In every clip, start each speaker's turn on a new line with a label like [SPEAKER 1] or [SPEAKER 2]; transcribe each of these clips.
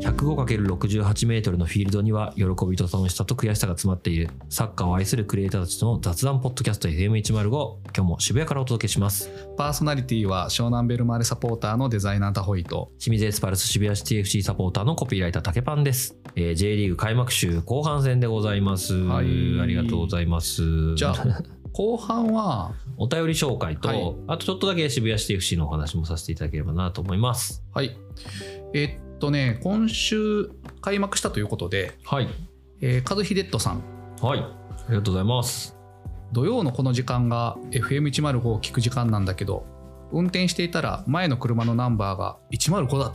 [SPEAKER 1] 105×68 メートルのフィールドには喜びと楽しさと悔しさが詰まっているサッカーを愛するクリエイターたちの雑談ポッドキャスト FM105 今日も渋谷からお届けします
[SPEAKER 2] パーソナリティは湘南ベルマーレサポーターのデザイナータホイと
[SPEAKER 1] 清水エスパルス渋谷シティ FC サポーターのコピーライター竹パンです、えー J リーグ開幕週後半戦でございます、
[SPEAKER 2] はい
[SPEAKER 1] ありがとうございます
[SPEAKER 2] じゃあ後半は
[SPEAKER 1] お便り紹介と、
[SPEAKER 2] はい
[SPEAKER 1] あとちょっとだけ渋谷シティ FC のお話もさせていただければなと思います
[SPEAKER 2] はいえっとね今週開幕したということで、
[SPEAKER 1] はい
[SPEAKER 2] えー、和秀人さん
[SPEAKER 1] はいありがとうございます
[SPEAKER 2] 土曜のこの時間が FM105 を聞く時間なんだけど運転していたら前の車のナンバーが105だっ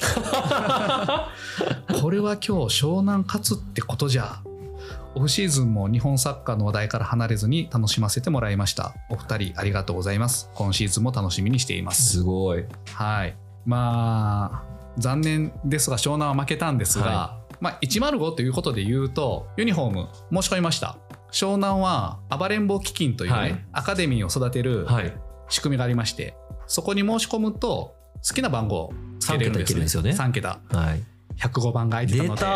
[SPEAKER 2] たこれは今日湘南勝つってことじゃオフシーズンも日本サッカーの話題から離れずに楽しませてもらいましたお二人ありがとうございます今シーズンも楽しみにしています
[SPEAKER 1] すごい
[SPEAKER 2] はいまあ残念ですが湘南は負けたんですが、
[SPEAKER 1] は
[SPEAKER 2] まあ、105ということで言うとユニフォーム申し込みました湘南は暴れん坊基金というね、
[SPEAKER 1] はい
[SPEAKER 2] アカデミーを育てる
[SPEAKER 1] はい
[SPEAKER 2] 仕組みがありましてそこに申し込むと好きな番号つけれるん
[SPEAKER 1] 三桁
[SPEAKER 2] です
[SPEAKER 1] いけるんですよね
[SPEAKER 2] 3桁
[SPEAKER 1] はい
[SPEAKER 2] 105番が空いてた
[SPEAKER 1] 出
[SPEAKER 2] ので
[SPEAKER 1] たー、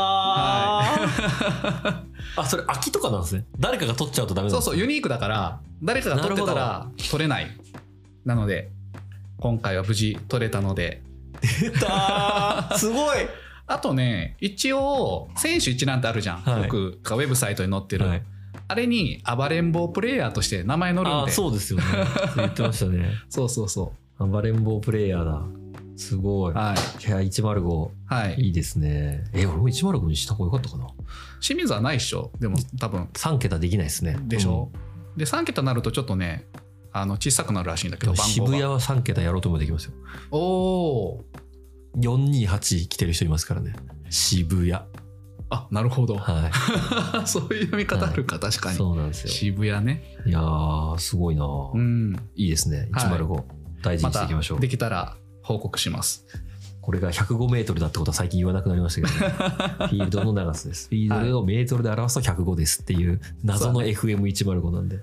[SPEAKER 2] は
[SPEAKER 1] あそれ空きとかなんですね誰かが取っちゃうとダメなん
[SPEAKER 2] そ
[SPEAKER 1] で
[SPEAKER 2] う
[SPEAKER 1] す
[SPEAKER 2] そうユニークだから誰かが取ってた
[SPEAKER 1] な
[SPEAKER 2] ら取れないなので今回は無事取れたので
[SPEAKER 1] 出たーすごい
[SPEAKER 2] あとね一応選手一覧ってあるじゃん、
[SPEAKER 1] はい
[SPEAKER 2] よくウェブサイトに載ってる、
[SPEAKER 1] はい、
[SPEAKER 2] あれに暴れん坊プレイヤーとして名前載るん
[SPEAKER 1] あ
[SPEAKER 2] でそ
[SPEAKER 1] そ
[SPEAKER 2] う
[SPEAKER 1] うですよね言ってましたね
[SPEAKER 2] そうそうそ
[SPEAKER 1] 暴れん坊プレイヤーだすごいう
[SPEAKER 2] はい、
[SPEAKER 1] いや105
[SPEAKER 2] は
[SPEAKER 1] い
[SPEAKER 2] い、
[SPEAKER 1] いですねえ俺も105にした方がよかったかな
[SPEAKER 2] 清水はないっしょでも多分
[SPEAKER 1] 3桁できないですね
[SPEAKER 2] でしょ、で3桁になるとちょっとねあの小さくなるらしいんだけ
[SPEAKER 1] うんで
[SPEAKER 2] ど
[SPEAKER 1] も
[SPEAKER 2] 番
[SPEAKER 1] 渋
[SPEAKER 2] 号
[SPEAKER 1] 谷
[SPEAKER 2] が
[SPEAKER 1] は3桁やろうと思えばできますよ
[SPEAKER 2] おお
[SPEAKER 1] 428来てる人いますからね渋谷は
[SPEAKER 2] あなるほど
[SPEAKER 1] い
[SPEAKER 2] そういう読み方あるか、確かに
[SPEAKER 1] そうなんですよ
[SPEAKER 2] 渋谷ね
[SPEAKER 1] いやーすごいな、
[SPEAKER 2] うん
[SPEAKER 1] いいですね105、大事
[SPEAKER 2] ま
[SPEAKER 1] にして
[SPEAKER 2] た
[SPEAKER 1] いきましょう、
[SPEAKER 2] できたら報告します
[SPEAKER 1] これが105メートルだってことは最近言わなくなりました けど、ね、フィールドの長さですフィールドをメートルで表すと105ですっていう謎の FM105 なんで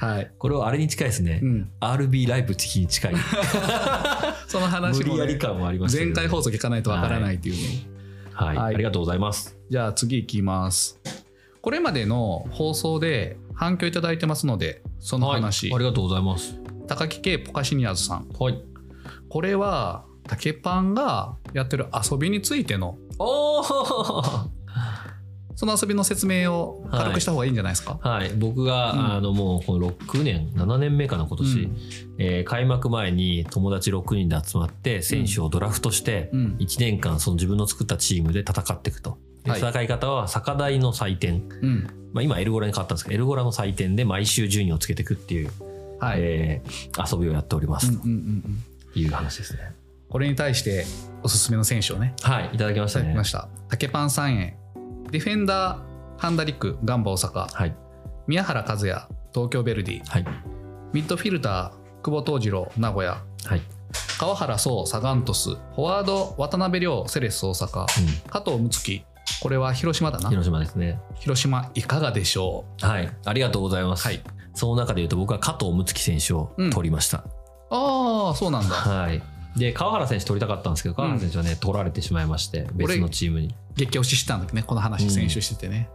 [SPEAKER 2] はい、
[SPEAKER 1] これはあれに近いですね、
[SPEAKER 2] うん、
[SPEAKER 1] RB ライブ的に近い
[SPEAKER 2] その話
[SPEAKER 1] 無
[SPEAKER 2] も、
[SPEAKER 1] 理やり
[SPEAKER 2] ね、
[SPEAKER 1] 感もありましたけど
[SPEAKER 2] 前
[SPEAKER 1] ね、
[SPEAKER 2] 回放送聞かないとわからないっていうね、
[SPEAKER 1] はい、
[SPEAKER 2] はい
[SPEAKER 1] ありがとうございます
[SPEAKER 2] じゃあ次いきます。これまでの放送で反響いただいてますので、その話、
[SPEAKER 1] はい、ありがとうございます
[SPEAKER 2] 高木系ポカシニアーズさん。
[SPEAKER 1] はい
[SPEAKER 2] これは、竹パンがやってる遊びについての、
[SPEAKER 1] おー
[SPEAKER 2] その遊びの説明を軽くした方がいいんじゃないですか。
[SPEAKER 1] はい、僕が、
[SPEAKER 2] うん
[SPEAKER 1] あのもうこの6年7年目かな今年、
[SPEAKER 2] うん
[SPEAKER 1] えー開幕前に友達6人で集まって選手をドラフトして
[SPEAKER 2] うん
[SPEAKER 1] 1年間その自分の作ったチームで戦っていくと。で
[SPEAKER 2] はい
[SPEAKER 1] 戦い方は酒代の祭典、
[SPEAKER 2] うん。
[SPEAKER 1] まあ、今エルゴラに変わったんですけどエルゴラの祭典で毎週順位をつけていくっていう、
[SPEAKER 2] はい。
[SPEAKER 1] えー遊びをやっておりま
[SPEAKER 2] うん
[SPEAKER 1] す
[SPEAKER 2] うんうんうん。
[SPEAKER 1] という話ですね、
[SPEAKER 2] これに対して、おすすめの選手をね、
[SPEAKER 1] はいいただきま
[SPEAKER 2] い
[SPEAKER 1] したた
[SPEAKER 2] だき
[SPEAKER 1] ね
[SPEAKER 2] ました。竹パンさんへ、ディフェンダー、ハンダリック、ガンバ大阪、
[SPEAKER 1] はい
[SPEAKER 2] 宮原和也、東京ベルディ、
[SPEAKER 1] はい
[SPEAKER 2] ミッドフィルダー、久保東次郎、名古屋、
[SPEAKER 1] はい、
[SPEAKER 2] 川原壮サガントスフォワード渡辺亮セレッソ大阪加藤睦月これは広島だ
[SPEAKER 1] うん、
[SPEAKER 2] な
[SPEAKER 1] 広島ですね
[SPEAKER 2] 広島いかがでしょ
[SPEAKER 1] はいありがとうございます、
[SPEAKER 2] はい
[SPEAKER 1] その中でいうと僕は加藤睦月選手を取りました、
[SPEAKER 2] うああそうなんだ
[SPEAKER 1] はい。で、川原選手取りたかったんですけど、川原選手はね、取られてしまいまして、別のチームに。
[SPEAKER 2] 激推ししたんだけどねこの
[SPEAKER 1] う
[SPEAKER 2] 話
[SPEAKER 1] ん
[SPEAKER 2] 選手しててね、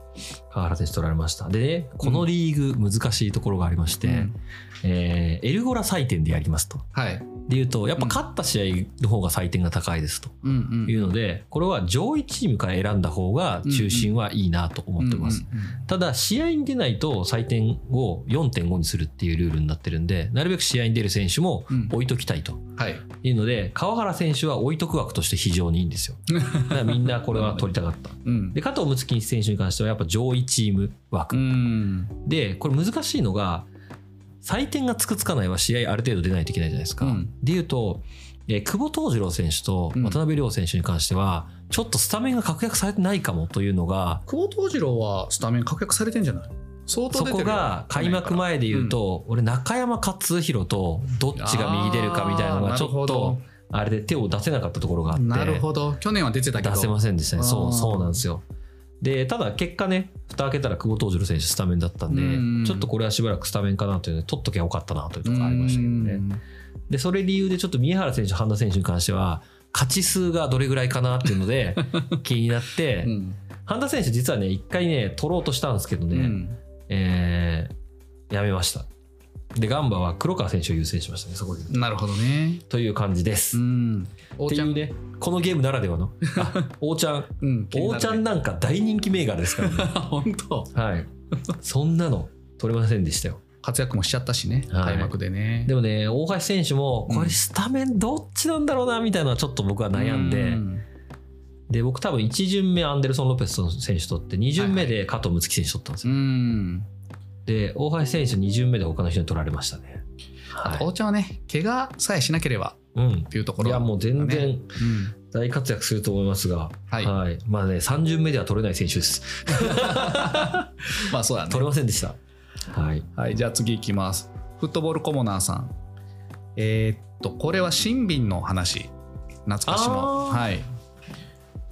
[SPEAKER 1] 川原選手取られました。でね、このリーグ難しいところがありまして、
[SPEAKER 2] うん
[SPEAKER 1] えーエルゴラ採点でやりますと。
[SPEAKER 2] はい
[SPEAKER 1] でいうと、やっぱ勝った試合の方が採点が高いですと
[SPEAKER 2] うんうん
[SPEAKER 1] いうので、これは上位チームから選んだ方が中心はいいなと思ってます。
[SPEAKER 2] うんうんうん
[SPEAKER 1] ただ、試合に出ないと採点を4.5にするっていうルールになってるんで、なるべく試合に出る選手も置いときたいと。
[SPEAKER 2] はい
[SPEAKER 1] いうので川原選手は置いとく枠として非常にいいんですよだからみんなこれは取りたかった
[SPEAKER 2] うん
[SPEAKER 1] で加藤睦月選手に関してはやっぱ上位チーム
[SPEAKER 2] う
[SPEAKER 1] 枠
[SPEAKER 2] ん
[SPEAKER 1] でこれ難しいのが採点がつくつかないは試合ある程度出ないといけないじゃないですか、
[SPEAKER 2] うん
[SPEAKER 1] でいうと、えー久保東次郎選手と渡辺亮選手に関しては、ちょっとスタメンが確約されてないかもというのが
[SPEAKER 2] 久保東次郎はスタメン確約されてんじゃない相当
[SPEAKER 1] そ
[SPEAKER 2] 出てる
[SPEAKER 1] こ
[SPEAKER 2] よ
[SPEAKER 1] が開幕前で言うと、俺中山勝弘とどっちが右出るかみたいなのがちょっとあれで手を出せなかったところがあって
[SPEAKER 2] なるほど去年は出てたけど
[SPEAKER 1] 出せませんでしたねそ
[SPEAKER 2] あー
[SPEAKER 1] うそうなんですよでただ結果ね蓋開けたら久保東次郎選手スタメンだったんで
[SPEAKER 2] うん
[SPEAKER 1] ちょっとこれはしばらくスタメンかなというので取っときゃよかったなというところがありましたけどねでそれ理由でちょっと宮原選手半田選手に関しては勝ち数がどれぐらいかなっていうの で気になって、
[SPEAKER 2] うん
[SPEAKER 1] 半田選手実はね一回ね取ろうとしたんですけど
[SPEAKER 2] う
[SPEAKER 1] ね、
[SPEAKER 2] ん
[SPEAKER 1] えーやめましたでガンバは黒川選手を優先しましたねそこで
[SPEAKER 2] なるほどね。
[SPEAKER 1] という感じで
[SPEAKER 2] う
[SPEAKER 1] す、
[SPEAKER 2] ん。お
[SPEAKER 1] っていうねこのゲームならではの あ王ちゃん
[SPEAKER 2] うん。気に
[SPEAKER 1] 王
[SPEAKER 2] な
[SPEAKER 1] ちゃ
[SPEAKER 2] る
[SPEAKER 1] ん
[SPEAKER 2] ね。
[SPEAKER 1] なんか大人気銘柄ですからね
[SPEAKER 2] 本当。
[SPEAKER 1] はいそんなの取れませんでしたよ
[SPEAKER 2] 活躍もしちゃったしね。
[SPEAKER 1] はい
[SPEAKER 2] 開幕でね。
[SPEAKER 1] でもね大橋選手も
[SPEAKER 2] うん
[SPEAKER 1] これスタメンどっちなんだろうなみたいなのはちょっと僕は悩んで、
[SPEAKER 2] う
[SPEAKER 1] で僕多分1巡目アンデルソン・ロペス選手取って2巡目で加藤睦月選手取ったんです
[SPEAKER 2] う
[SPEAKER 1] よ、
[SPEAKER 2] ん。
[SPEAKER 1] で大橋選手2巡目で他の人に取られましたねはい、
[SPEAKER 2] おうちゃんはね、怪我さえしなければ
[SPEAKER 1] うん
[SPEAKER 2] っていうとこ
[SPEAKER 1] い
[SPEAKER 2] ろ。
[SPEAKER 1] やもう全然
[SPEAKER 2] うん。
[SPEAKER 1] 大活躍すると思いますが、
[SPEAKER 2] はい。
[SPEAKER 1] まあね3巡目では取れない選手です
[SPEAKER 2] まあそうだね
[SPEAKER 1] 取。れませんでした、はい、
[SPEAKER 2] はい、じゃあ次いきます。フットボールコモナーさん。えーっと、これは新瓶の話。懐かしの。
[SPEAKER 1] あー
[SPEAKER 2] はい。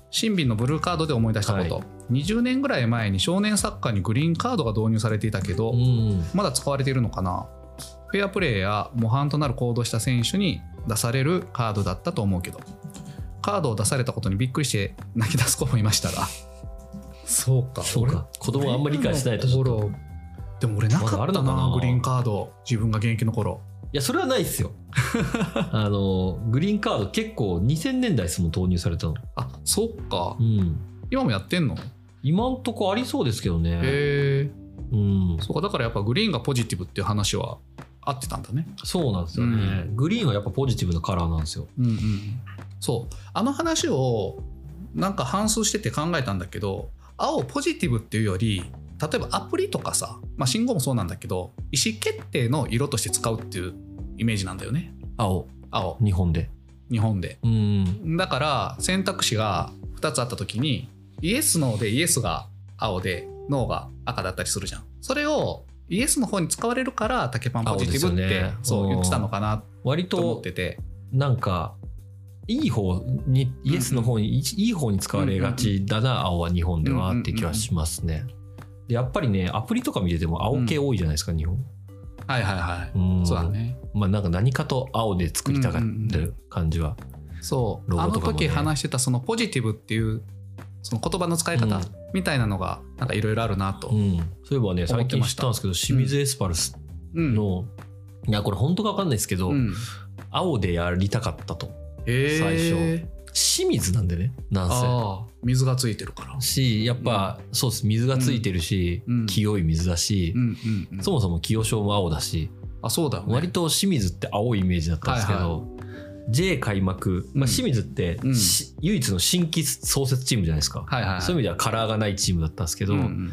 [SPEAKER 2] 新瓶のブルーカードで思い出したこと。
[SPEAKER 1] は
[SPEAKER 2] 20年ぐらい前に少年サッカーにグリーンカードが導入されていたけど、
[SPEAKER 1] うん
[SPEAKER 2] まだ使われているのかなフェアプレーや模範となる行動した選手に出されるカードだったと思うけどカードを出されたことにびっくりして泣き出す子もいましたがそうか
[SPEAKER 1] そうか子供はあんまり理解しないと
[SPEAKER 2] と
[SPEAKER 1] ちょっ
[SPEAKER 2] こ
[SPEAKER 1] と
[SPEAKER 2] ろでも俺なかった
[SPEAKER 1] まだあ
[SPEAKER 2] な,、
[SPEAKER 1] るのかな
[SPEAKER 2] グリーンカード自分が現役の頃
[SPEAKER 1] いやそれはないですよ あのグリーンカード結構2000年代ですもん投入されたの
[SPEAKER 2] あそっか
[SPEAKER 1] うん
[SPEAKER 2] 今もやってんのへ
[SPEAKER 1] 今んとこありそうですけどね、
[SPEAKER 2] え
[SPEAKER 1] うん、
[SPEAKER 2] そうかだからやっぱグリーンがポジティブっていう話は合ってたんだね
[SPEAKER 1] そうなんですよね、グリーンはやっぱポジティブなカラーなんですよ
[SPEAKER 2] うんうんそうあの話をなんか反数してて考えたんだけど青をポジティブっていうより例えばアプリとかさ、まあ、信号もそうなんだけど意思決定の色として使うっていうイメージなんだよね
[SPEAKER 1] 青
[SPEAKER 2] 青
[SPEAKER 1] 日本で
[SPEAKER 2] 日本で
[SPEAKER 1] うん
[SPEAKER 2] だから選択肢が2つあった時にイエスノーでイエスが青でノーが赤だったりするじゃんそれをイエスの方に使われるから竹パンポジティブって、
[SPEAKER 1] 青ですよね
[SPEAKER 2] そう言ってたのかな
[SPEAKER 1] 割
[SPEAKER 2] と思っ
[SPEAKER 1] と
[SPEAKER 2] てて
[SPEAKER 1] なんかいい方にイエスの方に、いいい方に使われがちだな、青は日本ではって気はしますね、でやっぱりねアプリとか見てても青系多いじゃないですか、日本、
[SPEAKER 2] はいはいはい、
[SPEAKER 1] うん
[SPEAKER 2] そうだね
[SPEAKER 1] まあなんか何かと青で作りたがってる感じは、
[SPEAKER 2] そう、
[SPEAKER 1] ロゴ
[SPEAKER 2] あの
[SPEAKER 1] とかもね
[SPEAKER 2] 時話してたそのポジティブっていうその言葉の使い方
[SPEAKER 1] うん
[SPEAKER 2] みたいなのがなんかいろいろあるなと、
[SPEAKER 1] うんそういえばね
[SPEAKER 2] 思
[SPEAKER 1] 最
[SPEAKER 2] っ
[SPEAKER 1] 近
[SPEAKER 2] てま
[SPEAKER 1] 知
[SPEAKER 2] し
[SPEAKER 1] ったたんですけど清水エスパルス
[SPEAKER 2] うん
[SPEAKER 1] の、いやこれ本当か分かんないですけど、
[SPEAKER 2] うん
[SPEAKER 1] 青でやりたかったと
[SPEAKER 2] へー
[SPEAKER 1] 清水なんでねなんせ
[SPEAKER 2] ああ水がついてるから、
[SPEAKER 1] しやっぱ、そうです水がついてるし、
[SPEAKER 2] うん
[SPEAKER 1] 清い水だし
[SPEAKER 2] う、んうんうん、
[SPEAKER 1] そもそも清少も青だし、
[SPEAKER 2] あそうだよね
[SPEAKER 1] 割と清水って青いイメージだったんですけど、
[SPEAKER 2] はいは
[SPEAKER 1] J 開幕、
[SPEAKER 2] うん
[SPEAKER 1] まあ、清水って、
[SPEAKER 2] うん
[SPEAKER 1] し唯一の新規創設チームじゃないですか、
[SPEAKER 2] はいはいはい
[SPEAKER 1] そういう意味ではカラーがないチームだったんですけど、
[SPEAKER 2] うんうん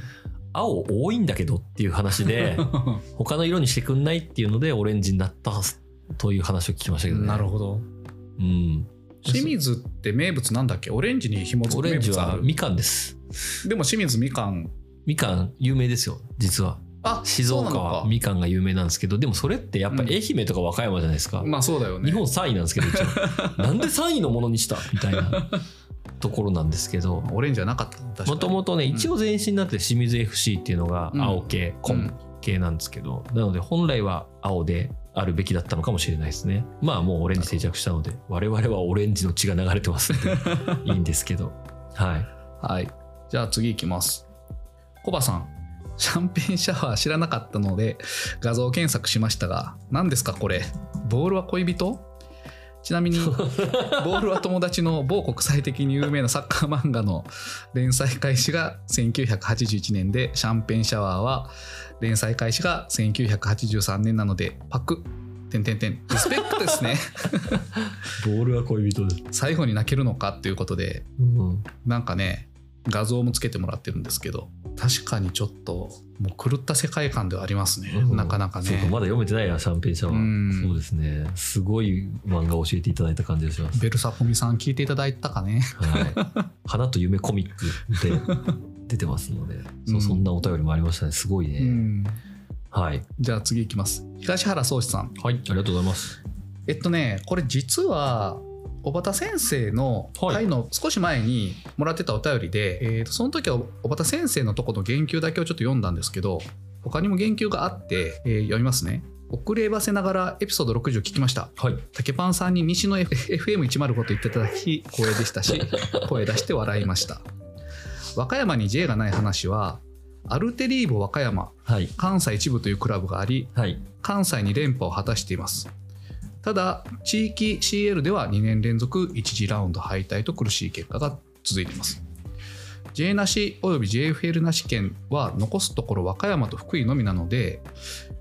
[SPEAKER 1] 青多いんだけどっていう話 で他の色にしてくんないっていうのでオレンジになったという話を聞きましたけどね。
[SPEAKER 2] なるほど
[SPEAKER 1] うん、
[SPEAKER 2] 清水って名物なんだっけオレンジに紐付
[SPEAKER 1] オ
[SPEAKER 2] く
[SPEAKER 1] レ
[SPEAKER 2] 名
[SPEAKER 1] ンジ
[SPEAKER 2] 物あ
[SPEAKER 1] は
[SPEAKER 2] る
[SPEAKER 1] みかんです
[SPEAKER 2] でも清水みかん
[SPEAKER 1] みかん有名ですよ実は
[SPEAKER 2] あ
[SPEAKER 1] 静岡は
[SPEAKER 2] そうなの
[SPEAKER 1] みかんが有名なんですけどでもそれってやっぱ愛媛とか和歌山じゃないですか、
[SPEAKER 2] かまあそうだよね
[SPEAKER 1] 日本3位なんですけど一 応なんで3位のものにしたみたいなところなんですけど
[SPEAKER 2] オレンジはなかった確かに
[SPEAKER 1] もともとね一応前身になって清水 FC っていうのが
[SPEAKER 2] うん
[SPEAKER 1] 青系、紺系なんですけどなので本来は青であるべきだったのかもしれないですねまあもうオレンジ定着したので我々はオレンジの血が流れてますんでいいんです けどはい
[SPEAKER 2] はい。じゃあ次いきます。コバさん。シャンペンシャワー知らなかったので画像検索しましたが、何ですかこれボールは恋人ちなみに、ボールは友達の某国際的に有名なサッカー漫画の連載開始が1981年で、シャンペンシャワーは連載開始が1983年なので、パクてんてんてん。リスペクトですね。
[SPEAKER 1] ボールは恋人です、
[SPEAKER 2] 最後に泣けるのかということで、
[SPEAKER 1] うん、
[SPEAKER 2] なんかね画像もつけてもらってるんですけど確かにちょっともう狂った世界観ではありますね、
[SPEAKER 1] うん
[SPEAKER 2] なかなかね
[SPEAKER 1] そうかまだ読めてないやシャンペンシャワー、
[SPEAKER 2] うん
[SPEAKER 1] そうですねすごい漫画を教えていただいた感じがします、
[SPEAKER 2] ベルサポミさん聞いていただいたかね
[SPEAKER 1] はい、花と夢コミックで出てますので、そううんそんなお便りもありましたねすごいね、
[SPEAKER 2] うん
[SPEAKER 1] はい
[SPEAKER 2] じゃあ次いきます東原宗志さん
[SPEAKER 1] はいありがとうございます
[SPEAKER 2] えっとねこれ実は小畑先生の
[SPEAKER 1] はい
[SPEAKER 2] 会の少し前にもらってたお便りで、えーとその時は小畑先生のとこの言及だけをちょっと読んだんですけど他にも言及があって、えー読みますね遅ればせながらエピソード60聞きました
[SPEAKER 1] はい。
[SPEAKER 2] 竹パンさんに西の F- FM105 と言っていただき光栄でしたし声出して笑いました和歌山に J がない話はアルテリーボ和歌山
[SPEAKER 1] はい。
[SPEAKER 2] 関西一部というクラブがあり
[SPEAKER 1] はい。
[SPEAKER 2] 関西に連覇を果たしていますただ地域 CL では2年連続1次ラウンド敗退と苦しい結果が続いています J なしおよび JFL なし県は残すところ和歌山と福井のみなので、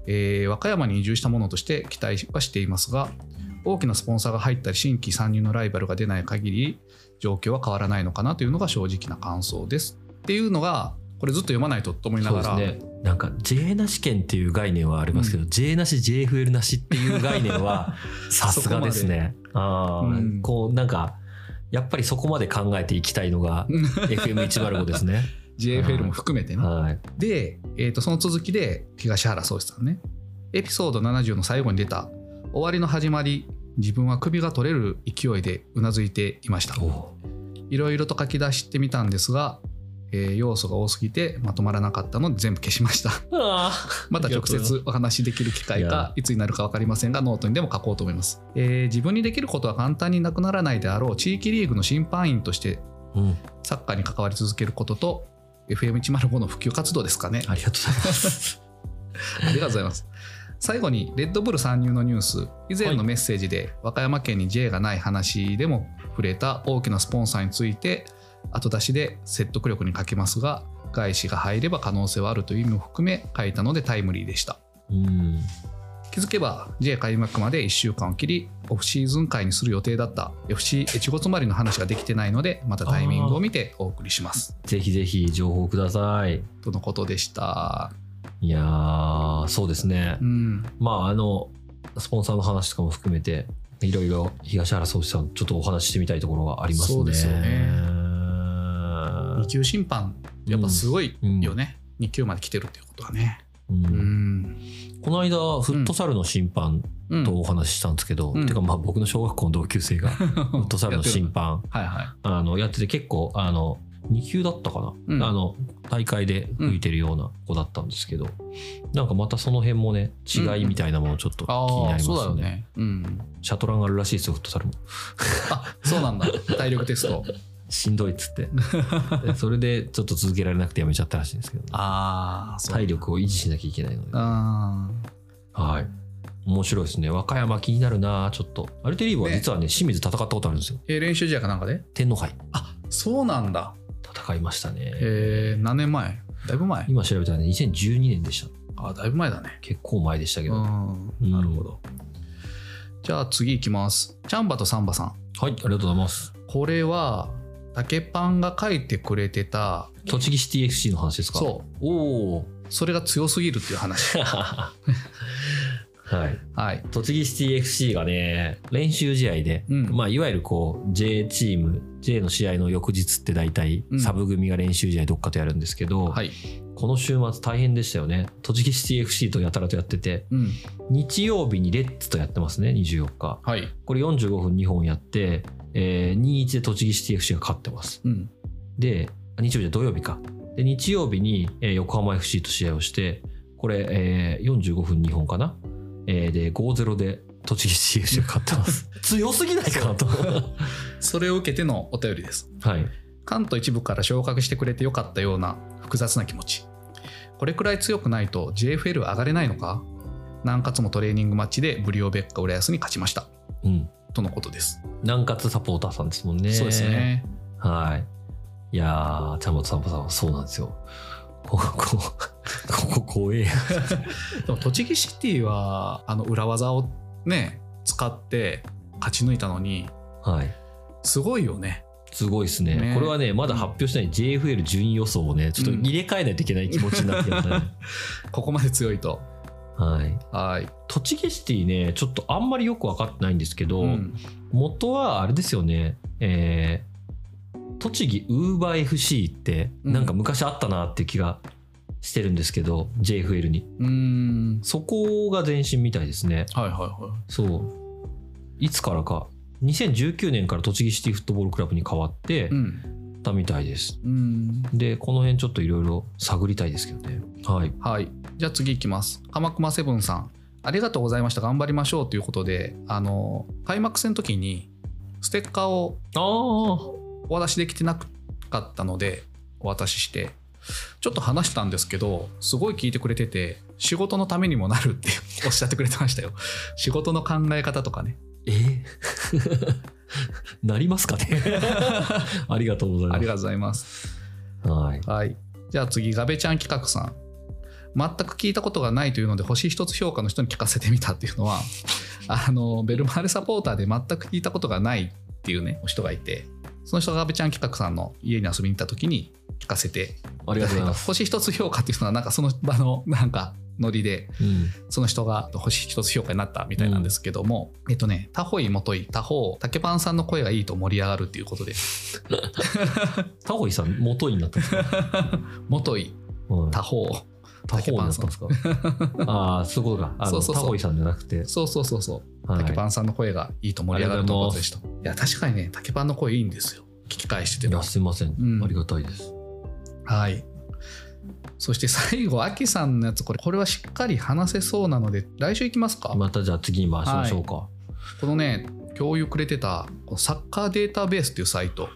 [SPEAKER 2] えー和歌山に移住したものとして期待はしていますが大きなスポンサーが入ったり新規参入のライバルが出ない限り状況は変わらないのかなというのが正直な感想ですっていうのがこれずっと読まないとと思いな
[SPEAKER 1] そう
[SPEAKER 2] が
[SPEAKER 1] で
[SPEAKER 2] ら
[SPEAKER 1] すね。なんか J なし県っていう概念はありますけど、J なし JFL なしっていう概念 はさすがですね。ああ、
[SPEAKER 2] うん
[SPEAKER 1] こうなんかやっぱりそこまで考えていきたいの が FM105 ですね。
[SPEAKER 2] JFL も含めてね、
[SPEAKER 1] はい。
[SPEAKER 2] で、えー、とその続きで東原宗一さんねエピソード70の最後に出た「終わりの始まり自分は首が取れる勢いでうなずいていました
[SPEAKER 1] お」お。
[SPEAKER 2] いろいろと書き出してみたんですが、えー要素が多すぎてまとまらなかったので全部消しました また直接お話しできる機会
[SPEAKER 1] い
[SPEAKER 2] が
[SPEAKER 1] や
[SPEAKER 2] いつになるか分かりませんがノートにでも書こうと思います、えー自分にできることは簡単になくならないであろう地域リーグの審判員として
[SPEAKER 1] うん。
[SPEAKER 2] サッカーに関わり続けることと FM105 の普及活動ですかね
[SPEAKER 1] ありがとうございます。
[SPEAKER 2] ありがとうございます。最後に、レッドブル参入のニュース、以前のメッセージで、和歌山県に J がない話でも触れた大きなスポンサーについて、後出しで説得力に欠けますが、外資が入れば可能性はあるという意味も含め書いたのでタイムリーでした。
[SPEAKER 1] うん。
[SPEAKER 2] 気づけば J 開幕まで1週間を切り、オフシーズン会にする予定だった FC 越後詰まりの話ができてないので、またタイミングを見てお送りします。
[SPEAKER 1] ぜひぜひ情報ください。
[SPEAKER 2] とのことでした。
[SPEAKER 1] いやー、そうですね
[SPEAKER 2] う。ん。
[SPEAKER 1] まああのスポンサーの話とかも含めていろいろ東原総司さんちょっとお話ししてみたいところはありますね。
[SPEAKER 2] そうですよね2級審判、やっぱすごいよね、2級まで来てるっていうことはね。
[SPEAKER 1] うん
[SPEAKER 2] うん。
[SPEAKER 1] この間フットサルの審判
[SPEAKER 2] うん
[SPEAKER 1] とお話ししたんですけど、
[SPEAKER 2] うん
[SPEAKER 1] てかまあ僕の小学校の同級生がフットサルの審
[SPEAKER 2] や
[SPEAKER 1] 判
[SPEAKER 2] ってるはいはい。
[SPEAKER 1] あのやってて結構あの2級だったかな、
[SPEAKER 2] うん
[SPEAKER 1] あの大会で吹いてるような子だったんですけど、なんかまたその辺もね違いみたいなものちょっと気に
[SPEAKER 2] あ
[SPEAKER 1] な
[SPEAKER 2] あ、
[SPEAKER 1] り
[SPEAKER 2] そう
[SPEAKER 1] ます
[SPEAKER 2] だよ
[SPEAKER 1] ね,、ね
[SPEAKER 2] ね。うん。
[SPEAKER 1] シャトランがあるらしいですよフットサルも。
[SPEAKER 2] あそうなんだ。 体力テスト。
[SPEAKER 1] しんどいっつって でそれでちょっと続けられなくてやめちゃったらしいんですけど、ね、
[SPEAKER 2] ああ、そう。
[SPEAKER 1] 体力を維持しなきゃいけないので、
[SPEAKER 2] あ
[SPEAKER 1] はい、面白いですね和歌山気になるなちょっとアルテリーボは
[SPEAKER 2] ね
[SPEAKER 1] 実はね清水戦ったことあるんですよ
[SPEAKER 2] ーえー練習試合かなんかで
[SPEAKER 1] 天皇杯
[SPEAKER 2] あそうなんだ。
[SPEAKER 1] 戦いましたね
[SPEAKER 2] えー、何年前だいぶ前
[SPEAKER 1] 今調べたらね2012年でした
[SPEAKER 2] あだいぶ前だね。
[SPEAKER 1] 結構前でしたけ
[SPEAKER 2] う
[SPEAKER 1] ど、
[SPEAKER 2] ん。
[SPEAKER 1] うん
[SPEAKER 2] なるほど。じゃあ次いきます。チャンバとサンバさん。
[SPEAKER 1] はいありがとうございます
[SPEAKER 2] これは、竹パンが書いてくれてた、
[SPEAKER 1] 栃木シティ FC の話ですか
[SPEAKER 2] そう
[SPEAKER 1] おお
[SPEAKER 2] う、それが強すぎるっていう 話。
[SPEAKER 1] はい
[SPEAKER 2] はい。
[SPEAKER 1] 栃木シティ FC がね練習試合で、
[SPEAKER 2] うん
[SPEAKER 1] まあ、いわゆるこう J チーム J の試合の翌日って大体
[SPEAKER 2] うん
[SPEAKER 1] サブ組が練習試合どっかとやるんですけど、
[SPEAKER 2] はい。
[SPEAKER 1] この週末大変でしたよね栃木シティ FC とやたらとやってて
[SPEAKER 2] うん。
[SPEAKER 1] 日曜日にレッツとやってますね24日
[SPEAKER 2] はい。
[SPEAKER 1] これ45分2本やって、えー2-1で栃木シティ FC が勝ってます
[SPEAKER 2] うん。
[SPEAKER 1] であ日曜日じゃ土曜日かで日曜日に、えー横浜 FC と試合をしてこれ、えー45分2本かな、えーで5-0で栃木 CFC が勝ってます 強すぎないかなと は
[SPEAKER 2] それを受けてのお便りです。
[SPEAKER 1] い
[SPEAKER 2] 関東一部から昇格してくれてよかったような複雑な気持ちこれくらい強くないと JFL 上がれないのか南葛もトレーニングマッチでブリオベッカ浦安に勝ちました
[SPEAKER 1] うん
[SPEAKER 2] とのことです、
[SPEAKER 1] 南葛サポーターさんですもんね
[SPEAKER 2] そうですね
[SPEAKER 1] はいいやーちゃんまとさんぽさんはそうなんですよここここここ怖え
[SPEAKER 2] でも栃木シティはあの裏技をね使って勝ち抜いたのに
[SPEAKER 1] はい
[SPEAKER 2] すごいよね
[SPEAKER 1] すごいですね
[SPEAKER 2] ね
[SPEAKER 1] これはねまだ発表してない JFL 順位予想をねちょっと入れ替えないといけない気持ちになってます ね、
[SPEAKER 2] ここまで強いと
[SPEAKER 1] はい
[SPEAKER 2] はい、
[SPEAKER 1] 栃木シティねちょっとあんまりよく分かってないんですけど、
[SPEAKER 2] うん
[SPEAKER 1] 元はあれですよねえー栃木ウーバー FC って
[SPEAKER 2] うん
[SPEAKER 1] なんか昔あったなっていう気がしてるんですけど、JFL に
[SPEAKER 2] うーん
[SPEAKER 1] そこが前身みたいですね
[SPEAKER 2] はいはいは
[SPEAKER 1] そういつからか2019年から栃木シティフットボールクラブに変わって
[SPEAKER 2] いうん
[SPEAKER 1] たみたいです、
[SPEAKER 2] うん
[SPEAKER 1] でこの辺ちょっといろいろ探りたいですけどねはい
[SPEAKER 2] はい。じゃあ次いきます。鎌熊セブンさん。ありがとうございました頑張りましょうということであの開幕戦の時にステッカーを
[SPEAKER 1] ああ
[SPEAKER 2] お渡しできてなかったのでお渡ししてちょっと話したんですけどすごい聞いてくれてて仕事のためにもなるって おっしゃってくれてましたよ仕事の考え方とかね
[SPEAKER 1] え なりますか ねありがとうござい
[SPEAKER 2] あ
[SPEAKER 1] ま
[SPEAKER 2] り
[SPEAKER 1] す
[SPEAKER 2] がとうございます
[SPEAKER 1] はい
[SPEAKER 2] はいじゃあ次ガベちゃん企画さん全く聞いたことがないというので星一つ評価の人に聞かせてみたってい うのはあのベルマーレサポーターで全く聞いたことがないっていうねお人がいてその人がガベちゃん企画さんの家に遊びに行った時に聞かせて
[SPEAKER 1] ありがとうございます、
[SPEAKER 2] 星一つ評価っていうのはなんかその場の なんかノリで
[SPEAKER 1] うん
[SPEAKER 2] その人が星一つ評価になったみたいなんですけども、えっとね他方イ元井他方竹パンさんの声がいいと盛り上がるっていうことで
[SPEAKER 1] タコイさん元になったん ですか、
[SPEAKER 2] 元井
[SPEAKER 1] うん、
[SPEAKER 2] 他方
[SPEAKER 1] タコになったんです かああそういうことかあの
[SPEAKER 2] そうそうそう
[SPEAKER 1] タコイさんじゃなくて、
[SPEAKER 2] そうそうそうそう
[SPEAKER 1] はい、
[SPEAKER 2] 竹パンさんの声がいいと盛り上がるということでしたいや確かにね竹パンの声いいんですよ聞き返して
[SPEAKER 1] い
[SPEAKER 2] て
[SPEAKER 1] や
[SPEAKER 2] も
[SPEAKER 1] すいません、
[SPEAKER 2] うん
[SPEAKER 1] ありがたいです
[SPEAKER 2] はいそして最後アキさんのやつこれこれはしっかり話せそうなので来週行きますか
[SPEAKER 1] またじゃあ次に回しましょうか、
[SPEAKER 2] このね共有くれてたこのサッカーデータベースっていうサイト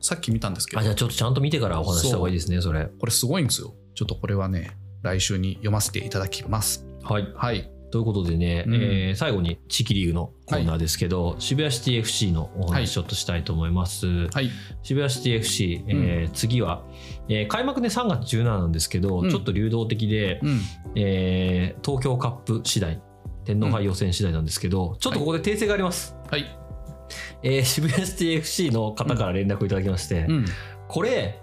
[SPEAKER 2] さっき見たんですけど
[SPEAKER 1] あじゃあちょっとちゃんと見てからお話しした方がいいですねそれ
[SPEAKER 2] これすごいんですよちょっとこれはね来週に読ませていただきます
[SPEAKER 1] はい
[SPEAKER 2] はい
[SPEAKER 1] ということでね、
[SPEAKER 2] うん
[SPEAKER 1] えー最後に地域リーグのコーナーですけど、渋谷シティ FC のお話ちょっとしたいと思います、
[SPEAKER 2] はい
[SPEAKER 1] 渋谷シティ FC、えー次は、えー開幕ね3月17なんですけど、
[SPEAKER 2] うん
[SPEAKER 1] ちょっと流動的で、
[SPEAKER 2] うん
[SPEAKER 1] えー東京カップ次第天皇杯予選次第なんですけど、ちょっとここで訂正があります、
[SPEAKER 2] はい
[SPEAKER 1] えー渋谷シティ FC の方から連絡をいただきまして、
[SPEAKER 2] うん
[SPEAKER 1] これ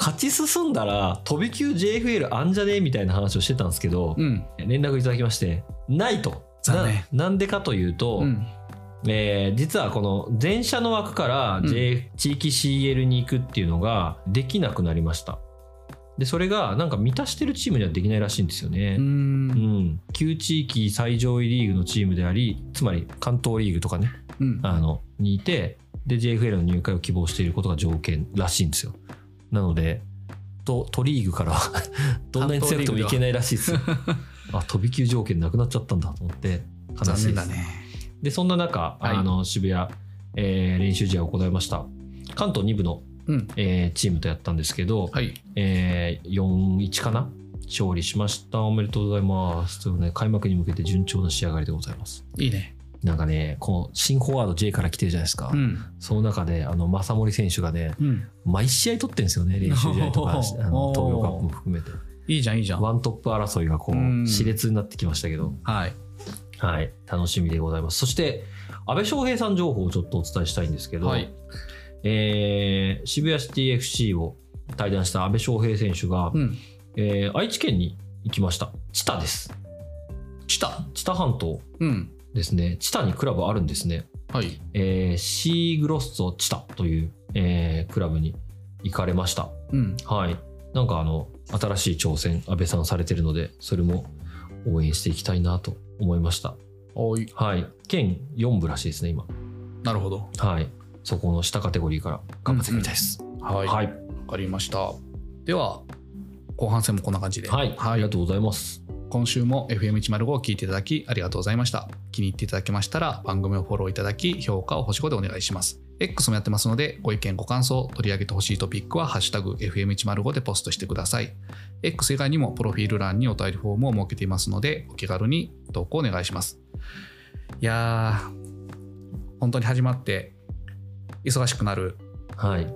[SPEAKER 1] 勝ち進んだら飛び級 JFL あんじゃねえみたいな話をしてたんですけど、
[SPEAKER 2] うん
[SPEAKER 1] 連絡いただきましてないと
[SPEAKER 2] 残念
[SPEAKER 1] ななんでかというと、
[SPEAKER 2] うん
[SPEAKER 1] えー実はこの全社の枠から、J 地域 CL に行くっていうのができなくなりましたでそれがなんか満たしてるチームにはできないらしいんですよね、
[SPEAKER 2] う
[SPEAKER 1] うんん、旧地域最上位リーグのチームでありつまり関東リーグとかね
[SPEAKER 2] うん
[SPEAKER 1] あのにいてで JFL の入会を希望していることが条件らしいんですよなのでと都リーグ からはどんなに強くてもいけないらしいですよあ飛び級条件なくなっちゃったんだと思って悲しい
[SPEAKER 2] 残
[SPEAKER 1] で
[SPEAKER 2] 念
[SPEAKER 1] す
[SPEAKER 2] だね
[SPEAKER 1] でそんな中、
[SPEAKER 2] はい
[SPEAKER 1] あの渋谷、えー練習試合を行いました関東2部の、
[SPEAKER 2] うん
[SPEAKER 1] えーチームとやったんですけど、
[SPEAKER 2] はい
[SPEAKER 1] えー4-1かな勝利しましたおめでとうございますということで開幕に向けて順調な仕上がりでございます
[SPEAKER 2] いいね
[SPEAKER 1] なんかねこの新フォワード J から来てるじゃないですか、
[SPEAKER 2] うん
[SPEAKER 1] その中であの正森選手がね
[SPEAKER 2] うん
[SPEAKER 1] 毎試合取ってるんですよ ね練習試合とかあの
[SPEAKER 2] お
[SPEAKER 1] 東
[SPEAKER 2] ー
[SPEAKER 1] 京カップも含めて
[SPEAKER 2] いいじゃんいいじゃん
[SPEAKER 1] ワントップ争いがこう
[SPEAKER 2] うん
[SPEAKER 1] 熾烈になってきましたけど、
[SPEAKER 2] はい
[SPEAKER 1] はい、楽しみでございます。そして、安倍翔平さん情報をちょっとお伝えしたいんですけど、
[SPEAKER 2] はい
[SPEAKER 1] えー渋谷シティ FC を対談した安倍翔平選手が、
[SPEAKER 2] うん
[SPEAKER 1] えー愛知県に行きました。知多です。
[SPEAKER 2] チタ
[SPEAKER 1] 知多半島
[SPEAKER 2] うん
[SPEAKER 1] ですね。知多にクラブあるんですね。
[SPEAKER 2] はい
[SPEAKER 1] えーシーグロッソ知多という、えークラブに行かれました。
[SPEAKER 2] うん
[SPEAKER 1] はい。なんかあの、新しい挑戦、安倍さんされてるので、それも応援していきたいなと思いました。
[SPEAKER 2] おい
[SPEAKER 1] はい。県4部らしいですね、今。
[SPEAKER 2] なるほど
[SPEAKER 1] はい、そこの下カテゴリーから頑張ってみたいです。
[SPEAKER 2] はいわ
[SPEAKER 1] はい、
[SPEAKER 2] かりましたでは後半戦もこんな感じで
[SPEAKER 1] はい、ありがとうございます。
[SPEAKER 2] 今週も FM105 を聞いていただきありがとうございました気に入っていただけましたら番組をフォローいただき評価を星5でお願いします X もやってますのでご意見ご感想取り上げてほしいトピックは「ハッシュタグ #FM105」でポストしてください X 以外にもプロフィール欄にお便りフォームを設けていますのでお気軽に投稿お願いしますいやー本当に始まって忙しくなる
[SPEAKER 1] はい。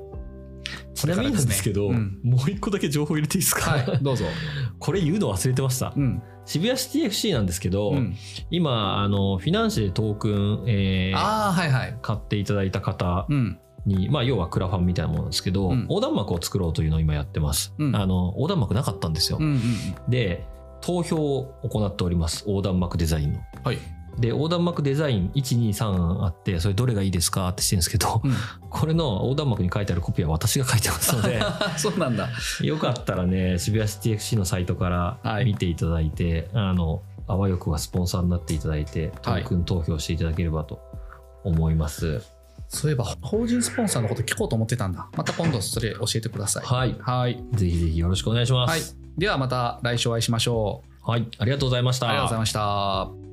[SPEAKER 1] ち
[SPEAKER 2] これ
[SPEAKER 1] な
[SPEAKER 2] か
[SPEAKER 1] みに
[SPEAKER 2] らで
[SPEAKER 1] な
[SPEAKER 2] すね
[SPEAKER 1] んですけど、
[SPEAKER 2] うん
[SPEAKER 1] もう一個だけ情報入れていいですか、
[SPEAKER 2] はい どうぞ
[SPEAKER 1] これ言うの忘れてました。
[SPEAKER 2] うん
[SPEAKER 1] 渋谷シティ FC なんですけど、
[SPEAKER 2] うん
[SPEAKER 1] 今、あの、フィナンシェでトークン、えー
[SPEAKER 2] ああはいはい
[SPEAKER 1] 買っていただいた方
[SPEAKER 2] うん
[SPEAKER 1] に、まあ、要はクラファンみたいなものなんですけど、
[SPEAKER 2] うん
[SPEAKER 1] 横断幕を作ろうというのを今やってます。
[SPEAKER 2] うん
[SPEAKER 1] あの、横断幕なかったんですよ。
[SPEAKER 2] うんうん
[SPEAKER 1] で、投票を行っております。横断幕デザインの。
[SPEAKER 2] うんはい、
[SPEAKER 1] で横断幕デザイン123あってそれどれがいいですかってしてるんですけど
[SPEAKER 2] うん、
[SPEAKER 1] これの横断幕に書いてあるコピーは私が書いてますので
[SPEAKER 2] そうなんだ
[SPEAKER 1] よかったらね渋谷シティ FC のサイトか
[SPEAKER 2] は
[SPEAKER 1] ら
[SPEAKER 2] い
[SPEAKER 1] 見ていただいて、あのあわよくはスポンサーになっていただいてトークン投票していただければと思います。
[SPEAKER 2] そういえば法人スポンサーのこと聞こうと思ってたんだまた今度それ教えてください
[SPEAKER 1] はい、
[SPEAKER 2] はい、
[SPEAKER 1] ぜひぜひよろしくお願いしま
[SPEAKER 2] はい
[SPEAKER 1] す。
[SPEAKER 2] ではまた来週お会いしましょう
[SPEAKER 1] はい、ありがとうございました。
[SPEAKER 2] ありがとうございました